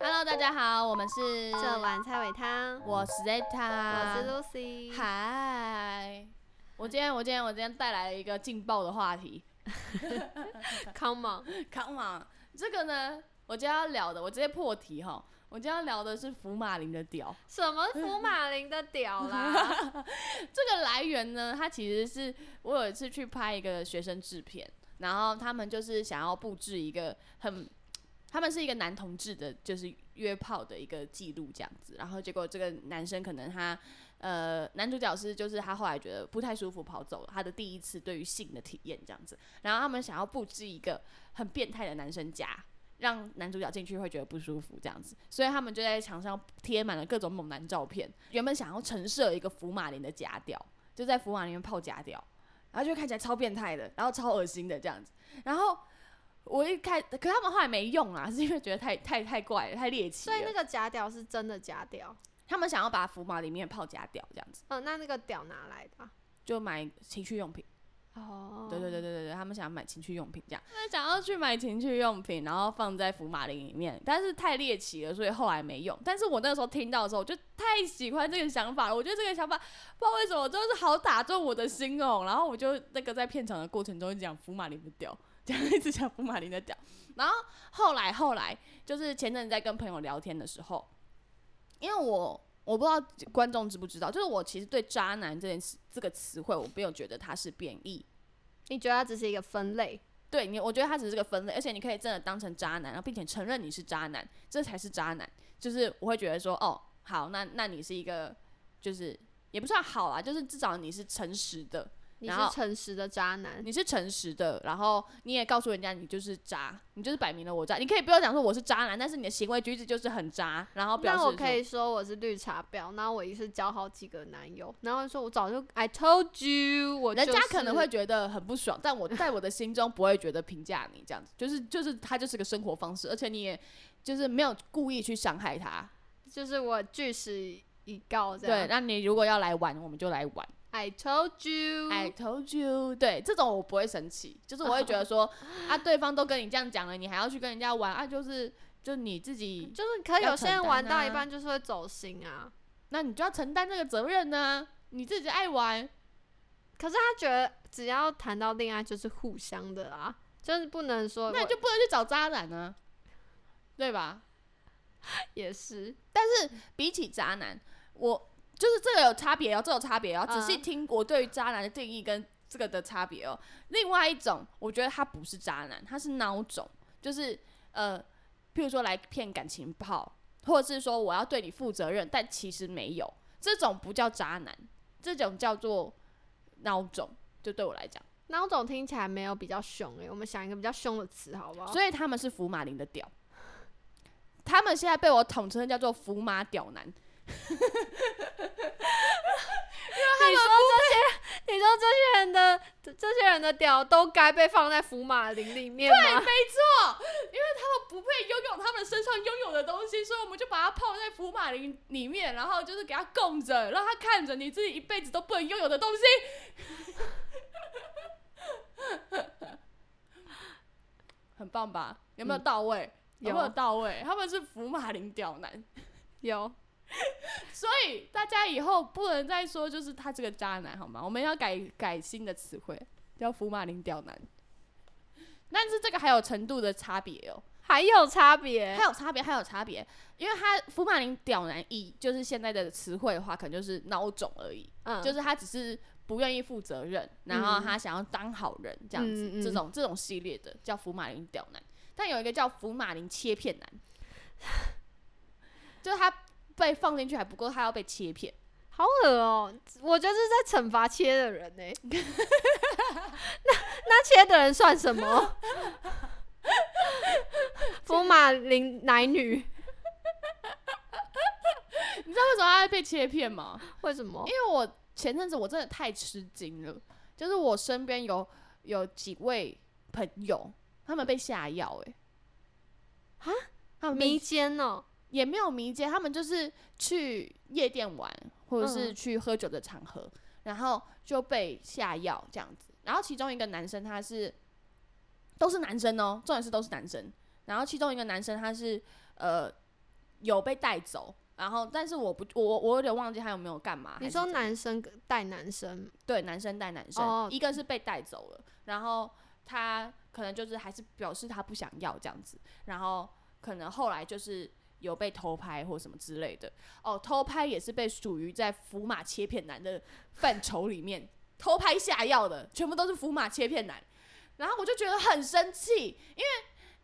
Hello，大家好，我们是这碗菜尾汤，我是 Zeta，我是 Lucy。嗨，我今天我今天我今天带来了一个劲爆的话题 Come on， ，Come on，这个呢，我今天要聊的，我直接破题哈，我今天要聊的是福马林的屌，什么嗯福马林的 屌啦？这个来源呢，它其实是我有一次去拍一个学生制片，然后他们就是想要布置一个很，他们是一个男同志的，就是约炮的一个记录这样子。然后结果这个男生可能他呃，男主角是就是他后来觉得不太舒服跑走了，他的第一次对于性的体验这样子。然后他们想要布置一个很变态的男生家。让男主角进去会觉得不舒服，这样子，所以他们就在墙上贴满了各种猛男照片。原本想要陈设一个福马林的假屌，就在福马林里面泡假屌，然后就看起来超变态的，然后超恶心的这样子。然后我一开，可他们后来没用啊，是因为觉得太太太怪了，太猎奇所以那了。个假屌是真的假屌？他们想要把福马里面泡假屌这样子，嗯，那那个屌哪来的啊？就买情趣用品。哦对对对对对对，他们想要买情趣用品这样，他们想要去买情趣用品，然后放在福马林里面，但是太猎奇了，所以后来没用。但是我那时候听到的时候，我就太喜欢这个想法了，我觉得这个想法不知道为什么就是好打中我的心哦。然后我就那个在片场的过程中一直讲福马林的屌，讲一直讲福马林的屌。然后后来后来就是前阵子在跟朋友聊天的时候，因为我。我不知道观众知不知道，就是我其实对“渣男”这件事这个词汇，我没有觉得它是贬义，你觉得它只是一个分类？对你，我觉得它只是个分类，而且你可以真的当成渣男，然后并且承认你是渣男，这才是渣男。就是我会觉得说，哦，好，那那你是一个，就是也不算好啦，就是至少你是诚实的，你然是后诚实的渣男？你是诚实的，然后你也告诉人家你就是渣，你就是摆明了我渣。你可以不要讲说我是渣男，但是你的行为举止就是很渣，然后表示那我说可以说我是绿茶婊，然后我一次交好几个男友，然后说我早就 I told you，我人就家是可能会觉得很不爽，但我在我的心中不会觉得评价你这样子，就是就是他就是个生活方式，而且你也就是没有故意去伤害他，就是我据实以告这对，样。那你如果要来玩，我们就来玩。 I told you， I told you，对，这种我不会生气，就是我会觉得 说，啊，对方都跟你这样讲了，你还要去跟人家玩啊，就是就你自己，就是，可要有些人承担玩到一啊半就是会走心啊。那你就要承担这个责任呢、你自己爱玩，可是他觉得只要谈到恋爱就是互相的啊，就是不能说那我你就不能去找渣男呢、对吧？也是比起渣男，我就是这个有差别哦，这有差别哦。嗯仔细听我对于渣男的定义跟这个的差别哦。另外一种，我觉得他不是渣男，他是孬种，就是呃，譬如说来骗感情炮，或者是说我要对你负责任，但其实没有，这种不叫渣男，这种叫做孬种。就对我来讲，孬种听起来没有比较凶欸诶、我们想一个比较凶的词好不好？所以他们是福马林的屌，他们现在被我统称叫做福马屌男。你说这些，你说这些人的这这些人的屌都该被放在福马林里面吗？不配拥有他们身上拥有的东西，所以我们就把它泡在福马林里面，然后就是给它供着，让它看着你自己一辈子都不能拥有的东西。 很棒吧？有没有到位？嗯有没有有到位？他们是福马林屌男，有， 所以大家以后不能再说就是他这个渣男好吗？我们要改改新的词汇，叫福马林屌男。但是这个还有程度的差别哦、还有差别还。有差别，还有差别，因为他福马林屌男以就是现在的词汇的话，可能就是孬种而已，嗯，就是是他只是不愿意负责任，然后他想要当好人这样子，嗯嗯嗯这种这种系列的叫福马林屌男，但有一个叫福马林切片男，就是他被放进去还不够，他要被切片。好恶哦、我觉得是在惩罚切的人呢、 那那切的人算什 么？福马林奶女。你知道为什么他会被切片吗？为什么因？为我前阵子我真的太吃惊了，就是我身边有有几位朋友，他们被下药、欸，哈，他们迷迷奸哦、也没有迷奸，他们就是去夜店玩，或者是嗯去喝酒的场合，然后就被下药这样子。然后其中一个男生他是都是男生哦，重点是都是男生。然后其中一个男生他是呃有被带走，然后但是我不我我有点忘记他有没有干嘛。你还是说怎男生带男生，对，男生带男生，哦一个是被带走了，然后他可能就是还是表示他不想要这样子，然后可能后来就是有被偷拍或什么之类的。哦，偷拍也是被属于在福马切片男的范畴里面，偷拍下药的全部都是福马切片男，然后我就觉得很生气，因为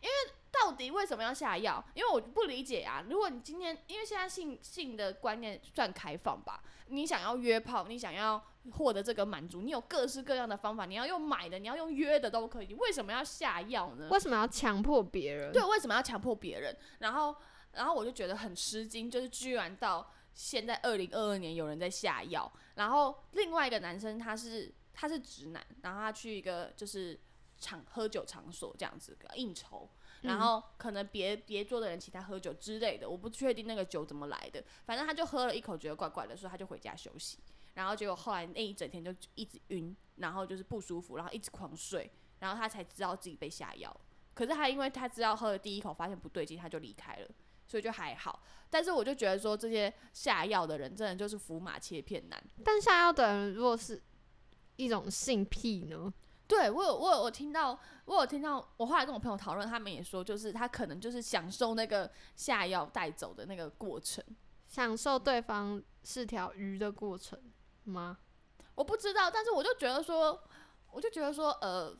因为。到底为什么要下药？因为我不理解啊！如果你今天，因为现在性性的观念算开放吧，你想要约炮，你想要获得这个满足，你有各式各样的方法，你要用买的，你要用约的都可以，你为什么要下药呢？为什么要强迫别人？对，为什么要强迫别人？然后，然后我就觉得很吃惊，就是居然到现在二零二二年有人在下药。然后另外一个男生他是他是直男，然后他去一个就是场喝酒场所这样子应酬，然后可能别别桌的人请他喝酒之类的，我不确定那个酒怎么来的，反正他就喝了一口觉得怪怪的，所以他就回家休息。然后结果后来那一整天就一直晕，然后就是不舒服，然后一直狂睡，然后他才知道自己被下药。可是他因为他知道喝了第一口发现不对劲，他就离开了，所以就还好。但是我就觉得说这些下药的人真的就是福马切片男。但下药的人如果是一种性癖呢？对我有我有我听到我有听到，我后来跟我朋友讨论，他们也说就是他可能就是享受那个下药带走的那个过程。享受对方是条鱼的过程吗？我不知道，但是我就觉得说，我就觉得说，呃，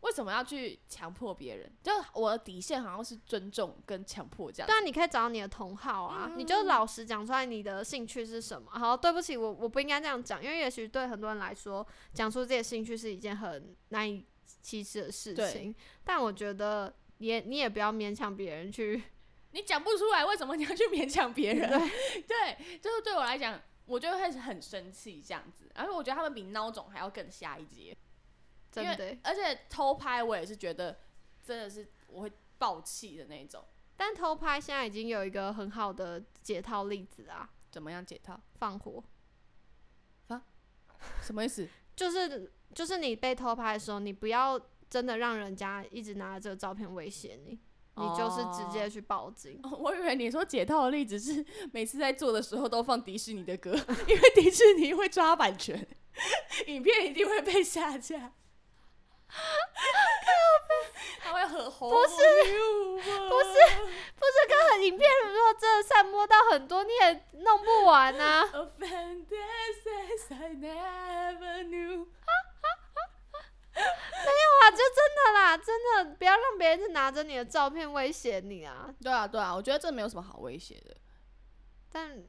为什么要去强迫别人？就我的底线好像是尊重跟强迫这样子。对啊，你可以找你的同好啊，嗯你就老实讲出来你的兴趣是什么。好，对不起，我我不应该这样讲，因为也许对很多人来说，讲出自己的兴趣是一件很难以启齿的事对情。但我觉得也你也不要勉强别人去， 你讲不出来，为什么你要去勉强别人？ 对，就是对我来讲，我就会很生气这样子。而且我觉得他们比孬种还要更下一阶，真因的为。而且偷拍我也是觉得真的是我会爆气的那种。但偷拍现在已经有一个很好的解套例子啊，怎么样解套？放火，什么意思？就是就是你被偷拍的时候，你不要真的让人家一直拿着这个照片威胁你，你就是直接去报警。哦 我以为你说解套的例子是每次在做的时候都放迪士尼的歌， 因为迪士尼会抓版权， 影片一定会被下 架。他会很红，不是，不是，。很影片如果真的散播到很多，你也弄不完啊 Of fantasies I never knew。哇，就真的啦，真的不要让别人是拿着你的照片威胁你啊。对啊，对啊，我觉得这没有什么好威胁的，但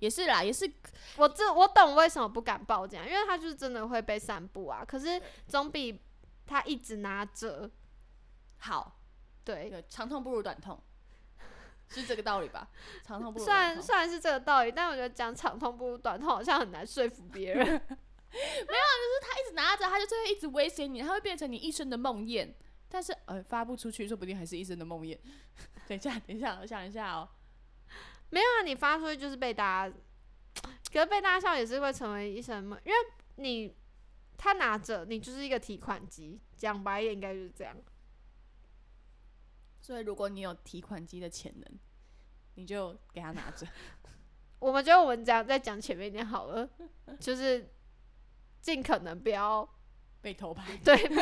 也是啦，也是我这我懂为什么不敢报警啊，因为他就是真的会被散布啊。可是总比他一直拿着，好，对，有长痛不如短痛，是这个道理 吧？长哦痛不如虽短然痛。虽然是这个道理，但我觉得讲长痛不如短痛好像很难说服 别人。他一直拿着，他就是会一直威胁你，他会变成你一生的梦魇。但是呃，发不出去，说不定还是一生的梦魇。 等一下，等一下，我想一下哦。没有啊，你发出去就是被大家，可是被大家笑也是会成为一生梦，因为你他拿着你就是一个提款机，讲白一点应该就是这样。所以，如果你有提款机的潜能，你就给他拿着。我们觉得我们讲再讲前面一点好了，就是尽可能不要 被偷 拍，对，尽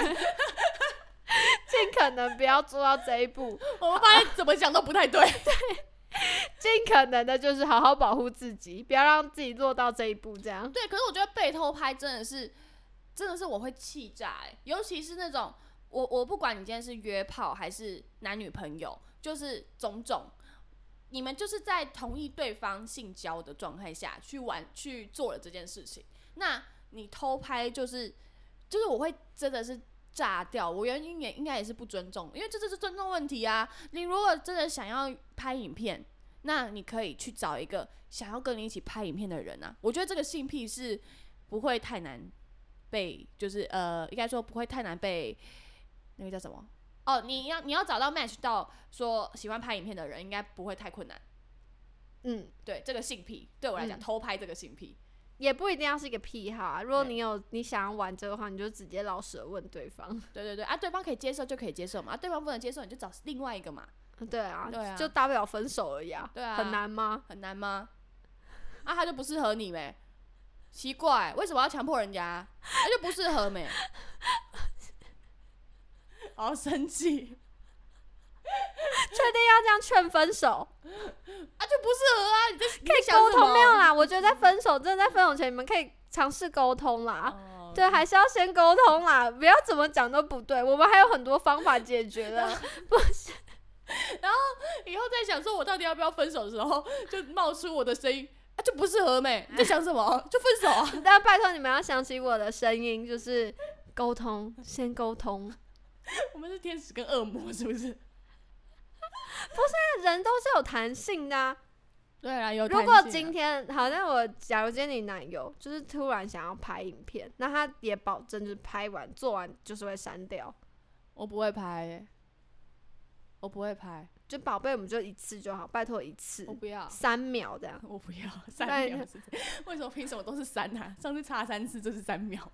可能不要做到这一步，我们发现怎么想都不太对。尽可能的就是好好保护自己，不要让自己落到这一步，这样。对，可是我觉得被偷拍真的是，真的是我会气炸、欸，尤其是那种我我不管你今天是约炮还是男女朋友，就是种种，你们就是在同意对方性交的状态下去玩去做了这件事情，那你偷拍就是就是我会真的是。炸掉！我原因也应该也是不尊重，因为这就是尊重问题啊。你如果真的想要拍影片，那你可以去找一个想要跟你一起拍影片的人啊。我觉得这个性癖是不会太难被，就是呃，应该说不会太难被那个叫什么？哦，你要你要找到 match 到说喜欢拍影片的人，应该不会太困难。嗯，对这个性癖，对我来讲，嗯偷拍这个性癖，也不一定要是一个癖好啊。如果对你有你想要玩这个的话，你就直接老实的问对方。 对对对啊，对方可以接受就可以接受嘛，啊，对方不能接受你就找另外一个嘛，对啊，对啊就大不了分手而已啊，对啊很难吗？很难吗？啊，他就不适合你呗？奇怪，为什么要强迫人家？他就不适合没？ 好生气，确定要这样劝分手？啊，就不适合啊！你这可以沟通没有？啦？我觉得在分手，真的在分手前，你们可以尝试沟通啦。啊对，还是要先沟通啦，不要怎么讲都不对。我们还有很多方法解决的。以后在想说我到底要不要分手的时候，就冒出我的声音，啊，就不适合没？你在想什么？就分手啊！但拜托你们要想起我的声音，就是沟通，先沟通。 我们是天使跟恶魔是不是？那人都是有弹性的、啊。对啊，有如果今天好，那我假如今天你男友就是突然想要拍影片，那他也保证就是拍完做完就是会删掉。我不会拍、欸，我不会拍，就宝贝，我们就一次就好，拜托一次我，不要。三秒这样。 我不要三然秒是这样， 为什么凭什么都是三啊？上次差三次，这是三秒。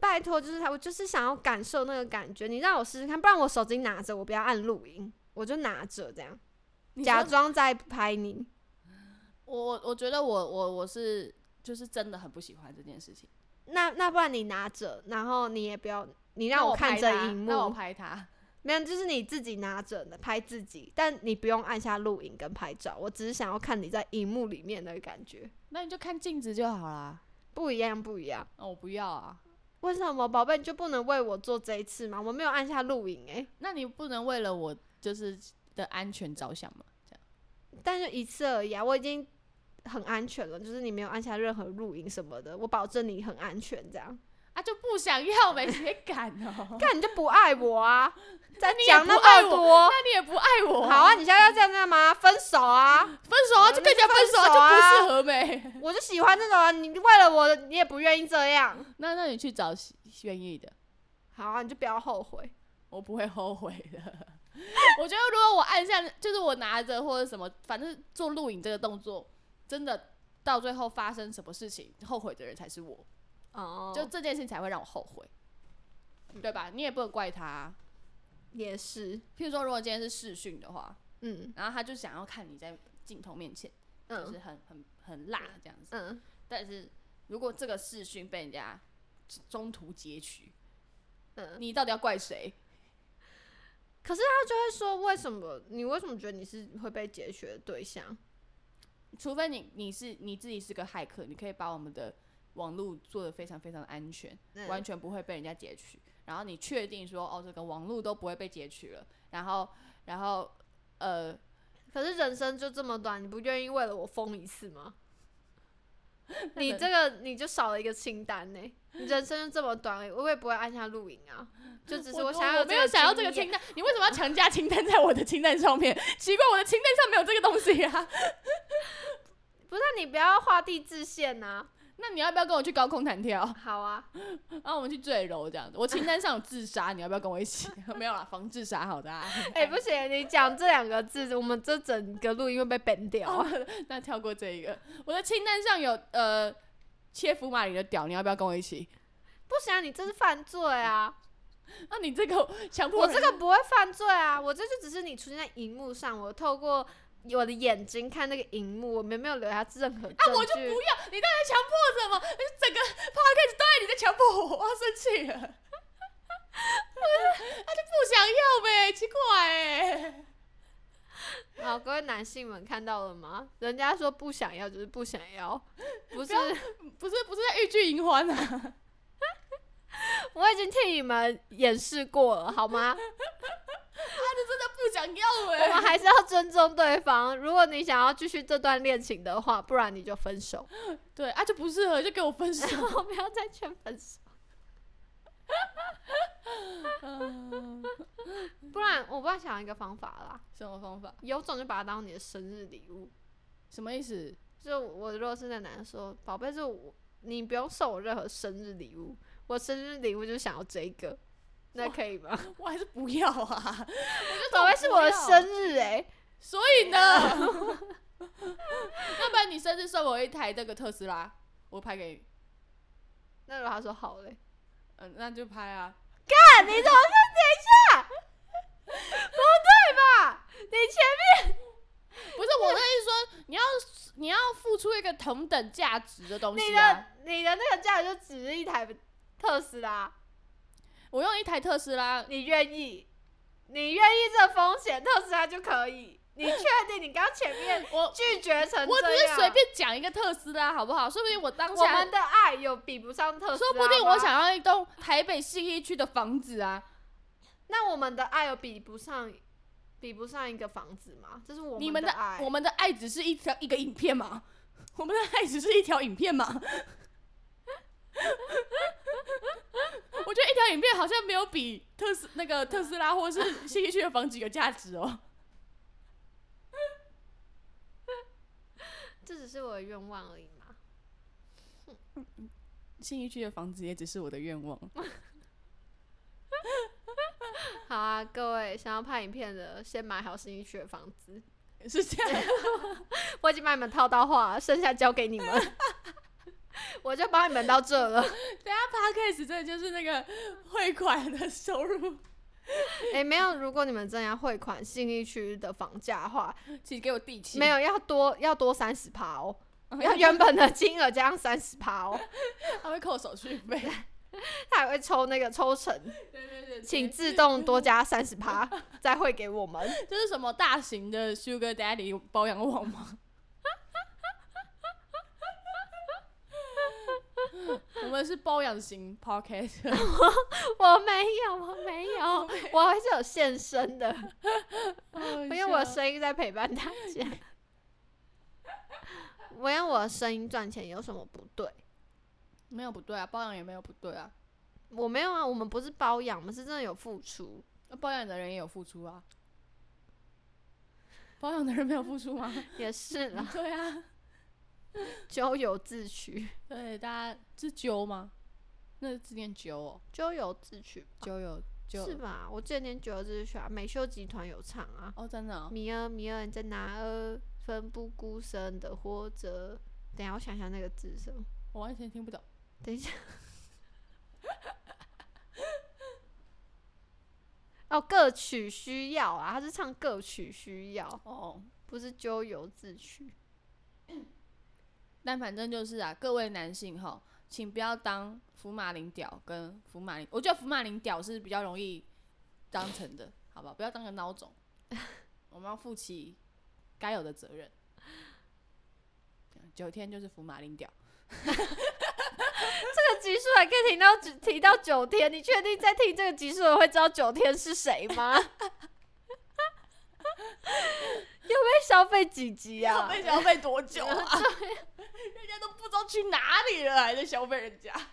拜托，就是他，我就是想要感受那个感觉，你让我试试看，不然我手机拿着，我不要按录音，我就拿着这样，你假说装在拍你。我我我觉得我我我是就是真的很不喜欢这件事情。那那不然你拿着，然后你也不要，你让那我看拍着他荧那我幕，拍他。没有，就是你自己拿着拍自己，但你不用按下录影跟拍照，我只是想要看你在荧幕里面的感觉，那你就看镜子就好啦。不一样，不一样。哦，我不要啊。为什么宝贝你就不能为我做这一次吗？我没有按下录影诶、欸那你不能为了我就是的安全着想吗？这样但就一次而已啊，我已经很安全了，就是你没有按下任何录影什么的，我保证你很安全。这样，啊就不想要 没谁敢哦。看你就不爱我啊，再你也讲不那爱么我多。那你也不爱我。好啊，，你现在要这样这样吗？分手啊！分手啊，就跟人家分手分手啊就不适合没。 我就喜欢这种啊，你为了我，你也不愿意这样。那那你去找愿意的。好啊，你就不要后悔。我不会后悔的。 我觉得如果我按下，就是我拿着或者什么，反正做录影这个动作，真的到最后发生什么事情，后悔的人才是我，哦嗯就就这件事情才会让我后悔，对吧？你也不能怪他啊、也是，譬如说，如果今天是视讯的话，嗯然后他就想要看你在镜头面前，就嗯是很很很辣这样子。嗯，但是如果这个视讯被人家中途截取，嗯你到底要怪谁？他就会说，为什么你为什么觉得你是会被截取的对象？除非你你是你自己是个骇客，你可以把我们的网络做的非常非常安全，嗯完全不会被人家截取。然后你确定说，哦，这个网络都不会被截取了，然后然后呃，可是人生就这么短，你不愿意为了我疯一次 吗？个你这个你就少了一个清单呢、你人生就这么短而已，我也不会按下录影啊，就只是我想我要没有想要这个经清验，单，你为什么要强加清单在我的清单上面？奇怪，我的清单上没有这个东西 啊。不是啊你不要画地自限呐、那你要不要跟我去高空弹跳？ 好啊，然后我们去坠楼这样子。我清单上有自杀，你要不要跟我一起？ 没有啦，防自杀好的、啊。哎、不行，你讲这两个字，我们这整个录音会被 ban 掉啊。 那跳过这一个，我的清单上有呃切福马里的屌，你要不要跟我一起？不行、啊，你这是犯罪啊！那、你这个强迫 我人这个不会犯罪啊，我这就只是你出现在荧幕上，我透过我的眼睛看那个荧幕，我们没有留下任何证据。啊，我就不要，你到底强迫什么？整个 podcast 都在你在强迫我，我要生气了。他就 不想要呗，奇怪哎。好，各位男性们看到了吗？人家说不想要就是不想 要，不是，不是不是在欲拒还欢啊，我已经替你们演示过了，好 吗？不想要我们哎。还是要尊重对方。如果你想要继续这段恋情的话，不然你就分手， 对啊，就不适合，就给我分手。 我不要再劝分手， 嗯不然我不要想一个方法啦，什么方法？有种就把它当你的生日礼物。什么意思？就我如果是那男的说，宝贝，就我你不用送我任何生日礼物，我生日礼物就想要这一个，那可以吗？我还是不要啊。宝贝是我的不要生日哎、所以呢， 要不然你生日送我一台这个特斯拉，我拍给你，那如果他说好嘞，嗯、那就拍啊。干，你怎么不等一下？不是我的意思说，你要你要付出一个同等价值的东你西的啊！你的那个价值就只是一台特斯拉，我用一台特斯拉，你愿意，你愿意这风险，特斯拉就可以。你确定你刚前面我拒绝成我这只是样随便讲一个特斯拉，好不好？说不定我当我下，们的爱有比不上特斯拉，说不定我，想要一栋台北信义区的房子啊！那我们的爱有比不上，比不上一个房子吗？这是我你们们的的爱，我们的爱只是一条一个影片嘛，我们的爱只是一条影片嘛。我觉得一条影片好像没有比特斯那个特斯拉或是信义区的房子有价值哦。这只是我的愿望而已嘛。信义区的房子也只是我的愿望。好啊，各位想要拍影片的，先买好新一区的房 子，是这样，我已经把你们套到话了，剩下交给你们， 我就帮你们到这了。等下 podcast 真的就是那个汇款的收入，哎、没有，如果你们真的要汇款信义区的房价的话，请给我地契。没有要多要多三十趴哦，嗯，要原本的金额加上三十趴哦，他会扣手续费。他还会抽那个抽成，对对对，请自动多加三十 趴再汇给我们。这是什么大型的 Sugar Daddy 包养网吗？ 我们是包养型 podcast， 我没有，我没有， 我还是有现身 的，因因为我的声音在陪伴大家。 我用我的声音赚钱有什么不对？没有不对啊，包养也没有不对啊，我没有啊，我们不是包养，我们是真的有付出。那包养的人也有付出啊，包养的人没有付出吗？也是 啦， 对啊，咎由自取，对，大家是揪吗？那字念揪哦，咎由自取吧揪有揪是吧？我这年九日去啊，美秀集团有唱啊。哦，真的、哦，米儿米儿你在哪儿？奋不顾身的活着。等一下，我想一下那个字是什么。我完全听不懂。等一下。 哦，各取需要啊，他是唱各取需要，哦，不是咎由自取。但反正就是啊，各位男性哈，请不要当福马林屌跟福马林，我觉得福马林屌是比较容易当成的，好吧？不要当个孬种，我们要负起该有的责任。九天就是福马林屌，这个集数还可以听到只提到九天，你确定在听这个集数的人会知道九天是谁吗？ 又被消费几集啊？消费多久 啊？人家都不知道去哪里了，还在消费人家。 我觉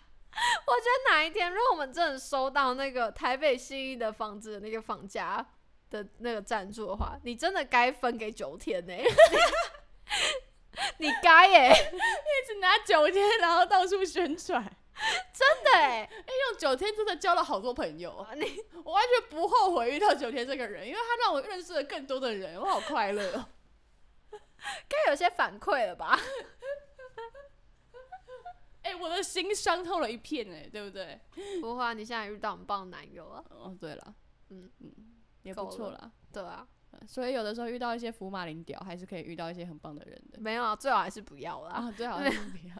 得哪一天，如果我们真的收到那个台北新义的房子的那个房价的那个赞助的话，你真的该分给九天呢、 你该耶、一直拿九天，然后到处宣传，真的哎、用九天真的交了好多朋友哦。你我完全不后悔遇到九天这个人，因为他让我认识了更多的人，我好快乐哦。该有些反馈了吧？ 哎、我的心伤透了一片哎、对不对？不会、啊，你现在遇到很棒的男友了，哦，对了，嗯嗯，也够不错了啦。对啊，呃所以有的时候遇到一些福马林屌，还是可以遇到一些很棒的人的。没有啊，最好还是不要啦。啊，最好是不要。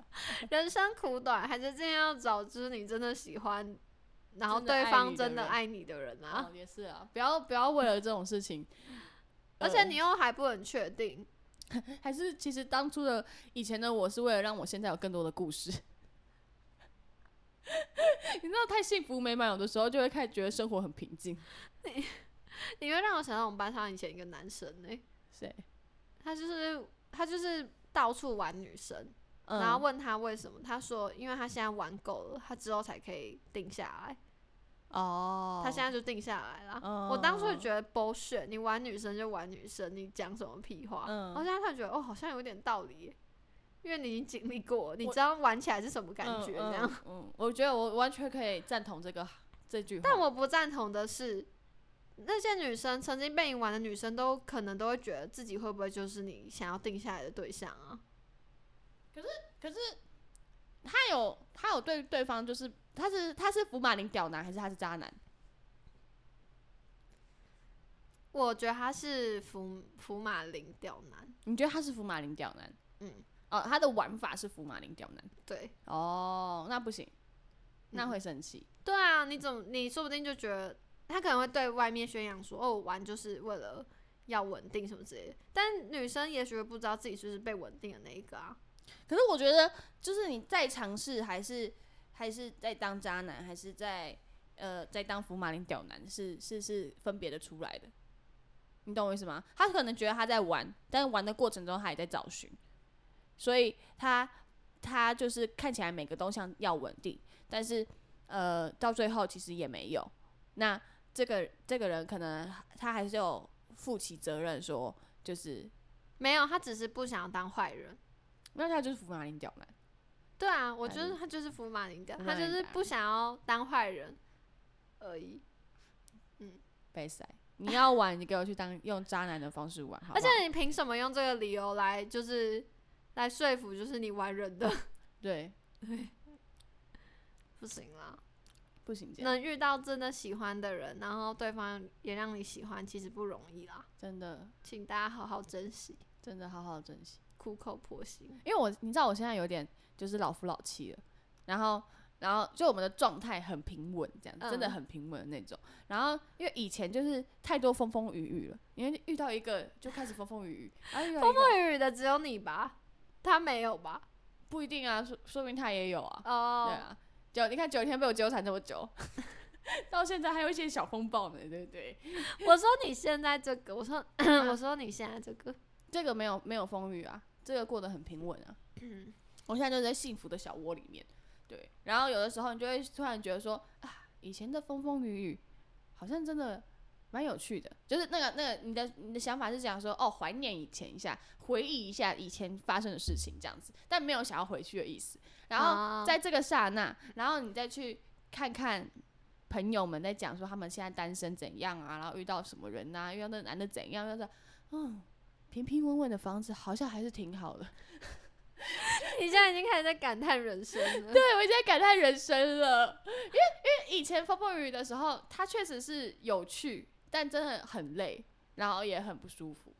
人生苦短，还是尽量找出你真的喜欢，然后真的爱对你方的真的人爱你的人啊。 啊，也是啊，不要不要为了这种事 情。而且你又还不很确定，呃还是其实当初的以前的我是为了让我现在有更多的故事。 你知道太幸福美满，有的时候就会开始觉得生活很平静。你会让我想到我们班上以前一个男生呢、谁？他就是他就是到处玩女生，嗯然后问他为什么，他说因为他现在玩够了，他之后才可以定下来，哦，他现在就定下来了。嗯我当初就觉得 bullshit，你玩女生就玩女生，你讲什么屁话？嗯然后现在他觉得哦，好像有点道理耶，因为你已经经历过，你我知道玩起来是什么感觉嗯这样。 嗯嗯我觉得我完全可以赞同这个这句话。但我不赞同的是，那些女生曾经被你玩的女生都可能都会觉得自己会不会就是你想要定下来的对象啊？可是他有他有对对方就是他是他是福马林屌男还是他是渣男？我觉得他是福福马林刁难，你觉得他是福马林刁难？嗯，哦，他的玩法是福马林刁难。对哦，那不行，那嗯会生气。对啊，你怎么你说不定就觉得他可能会对外面宣扬说，哦，我玩就是为了要稳定什么之类的，但女生也许会不知道自己是不是被稳定的那一个啊，可是我觉得，就是你再尝试，还是还是在当渣男，还是在呃在当福马林屌男，是是是分别的出来的。你懂我意思吗？他可能觉得他在玩，但是玩的过程中他也在找寻，所以他他就是看起来每个都像要稳定，但是呃到最后其实也没有。那这个这个人可能他还是有负起责任说就是没有，他只是不想要当坏人。那他就是福马林屌男。对啊，我反觉得正他就是福马林的，嗯福他马就林是达不想要当坏人而已。被塞。你要玩，你给我去当用渣男的方式玩，好不好而且你凭什么用这个理由来就是来说服，就是你玩人的 对，不行啦？不行这样，能遇到真的喜欢的人，然后对方也让你喜欢，其实不容易啦，真的请大家好好珍惜，真的好好珍惜。苦口婆心。因为我你知道我现在有点就是老夫老妻了，然后然后就我们的状态很平稳，这样嗯真的很平稳的那种。然后因为以前就是太多风风雨雨了，因为遇到一个就开始风风雨 雨，然后遇到一风个风雨雨的只有你吧？他没有吧？不一定啊，说说明他也有啊，哦、对啊，九你看九天被我纠缠这么久， 到现在还有一些小风暴呢，对不对？我说你现在这个，我 说我说你现在这个，这个没有没有风雨啊，这个过得很平稳啊。我现在就在幸福的小窝里面，对。然后有的时候你就会突然觉得说啊，以前的风风雨雨好像真的蛮有趣的，就是那个那个你的你的想法是讲说哦，怀念以前一下，回忆一下以前发生的事情这样子，但没有想要回去的意思。然后后在这个刹那，然后你再去看看朋友们在讲说他们现在单身怎样啊，然后遇到什么人啊呐、遇到那个男的怎样，就是嗯，平平稳稳的房子好像还是挺好的。你现在已经开始在感叹人生 了。对，我已经在感叹人生了，因为因为以前风风雨雨的时候，它确实是有趣，但真的很累，然后也很不舒服。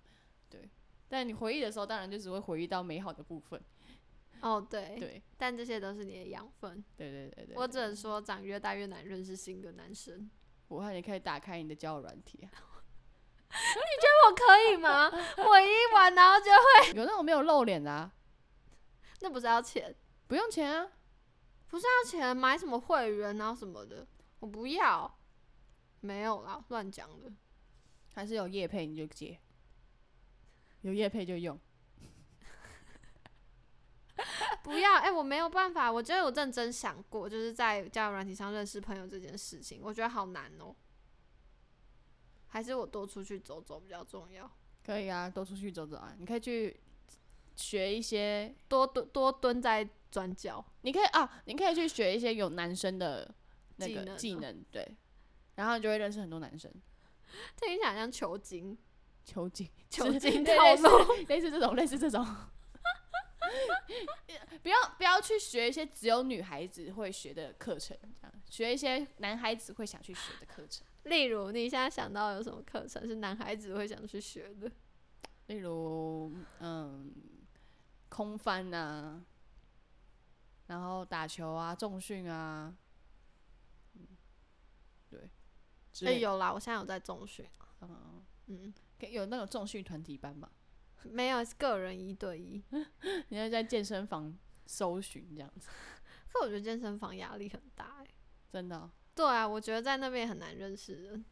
对，但你回忆的时候，当然就只会回忆到美好的部分。哦，对， 对，但这些都是你的养分。对对对对。我只能说，长越大越难认识新的男生。 武汉，你可以打开你的交友软 体啊、我可以吗？我一玩，然后就有那种没有露脸的、啊，那不是要钱，不用钱啊。不是要钱，买什么会员然后什么的，我不要。没有啦，乱讲的。还是有叶配你就接，有叶配就用。不要， 哎、我没有办法。我真的有认真想过，就是在交友软体上认识朋友这件事情，我觉得好难哦、还是我多出去走走比较重要，可以啊，多出去走走啊，你可以去学一些，多蹲多蹲在转角。你可以啊，你可以去学一些有男生的那技个能技哦能，对，然后你就会认识很多男生。听起来像 球精，囚禁，球 精对套类似路。类似这种，类似这种。 不要不要去学一些只有女孩子会学的课程，这样学一些男孩子会想去学的课程， 例如，你现在想到有什么课程是男孩子会想去学的？例如嗯空翻啊，然后打球啊，重训啊，嗯，对，之哎、类的有啦，我现在有在中学。嗯嗯，可以有那种重训团体班嘛？没有是个人一对一， 你要在健身房搜寻这样子，可我觉得健身房压力很大哎、真的哦、对啊，我觉得在那边很难认识人。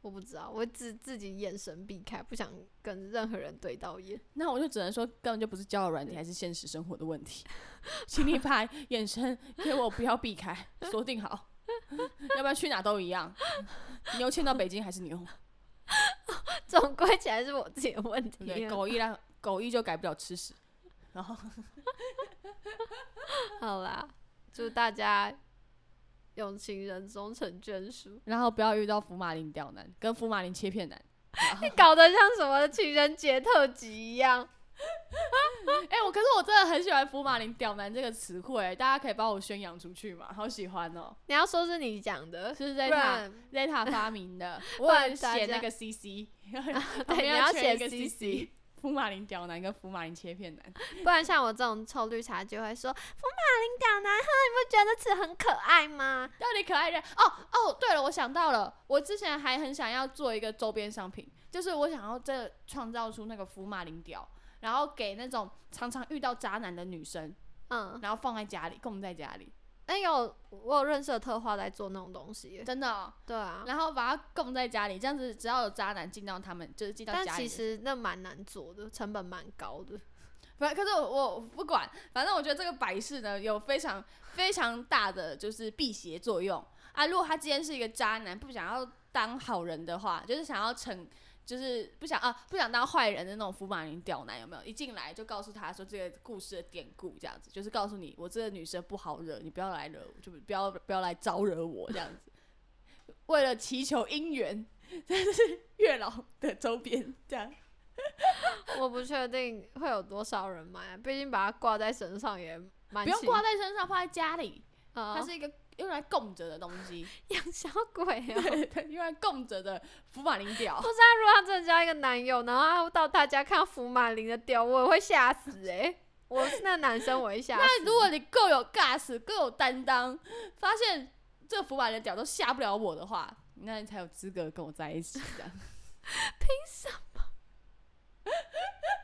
我不知道，我自自己眼神避开，不想跟任何人对到眼。 那我就只能说，根本就不是交友软体，还是现实生活的问题。 请你把眼神给我，不要避开，锁定好， 要不然去哪都一样。牛迁到北京还是牛，总归起来是我自己的问对不题对？啊。狗依然狗依就改不了吃屎，然后好啦，祝大家有情人终成 眷属。然后不要遇到福马林刁难，跟福马林切片男。你搞得像什么情人节特辑一样。哎、我可是我真的很喜欢福马林“屌男”这个词汇，大家可以帮我宣扬出去嘛？好喜欢 哦、你要说是你讲的，是不 Zeta 然 Zeta 发明 的，不我然有大写家那个 CC， 对旁你边要缺写一个 CC CC。福 马林屌男跟福马林切片男，不然像我这种臭绿茶就会说“风马林屌男”，哼，你不觉得这词很可爱吗？ 到底可爱人哦哦，对了，我想到了，我之前还很想要做一个周边商品，就是我想要这创造出那个福马林屌，然后给那种常常遇到渣男的女生，嗯，然后放在家里，供在家里，那哎有我有认识的特化在做那种东西耶，真的哦、对啊，然后把它供在家里，这样子只要有渣男进到他们，就是进到家但里的。其实那蛮难做的，成本蛮高的。反可是我我不管，反正我觉得这个摆饰呢有非常非常大的就是辟邪作用啊。如果他今天是一个渣男，不想要当好人的话，就是想要成，就是不想啊不想当坏人的那种福马林屌男，有没有？一进来就告诉他说这个故事的典故，这样子就是告诉你我这个女生不好惹，你不要来惹我，就不要不要来招惹我这样子。为了祈求姻缘， 这是月老的周边，这样 我不确定会有多少人买，啊毕竟把它挂在身上也蛮不用奇挂在身上，放在家里。啊，它是一个用来供着的东西，养小鬼啊！对对， 用来供着的福马林屌 不。是啊，如果他真的交一个男友，然后他到他家看到福马林的雕，我也会吓死哎、 我是那个男生，我会吓死。那如果你够有 gas，够有担当，发现这福马林的屌都吓不了我的话，那你才有资格跟我在一起。这样 凭 什么？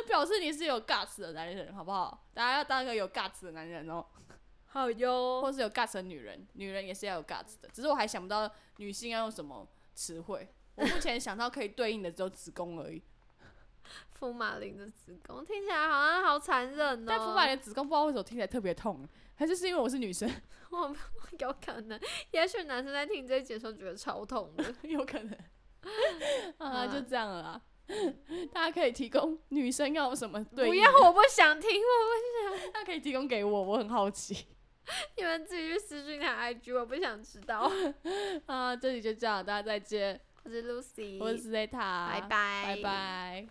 就表示你是有 guts 的男人，好不好？大家要当一个有 guts 的男人哦，好哟，或是有 guts 的女人，女人也是要有 guts 的。只是我还想不到女性要用什么词汇，我目前想到可以对应的只有子宫而已。福马林的子宫听起来好像好残忍哦。但福马林的子宫不知道为什么听起来特别痛，还是是因为我是女生， 我有可能，也许男生在听这一集的时候觉得超痛的。有可 能。啊，嗯就这样了啦。 大家可以提供女生要有什么对不应要，我不想听，我的，大家可以提供给我，我很好奇。 你们自己去私讯他 IG，我不想知 道。啊，这里就这样，大家再见，我是 Lucy，啊我是 Zeta，拜拜，拜拜。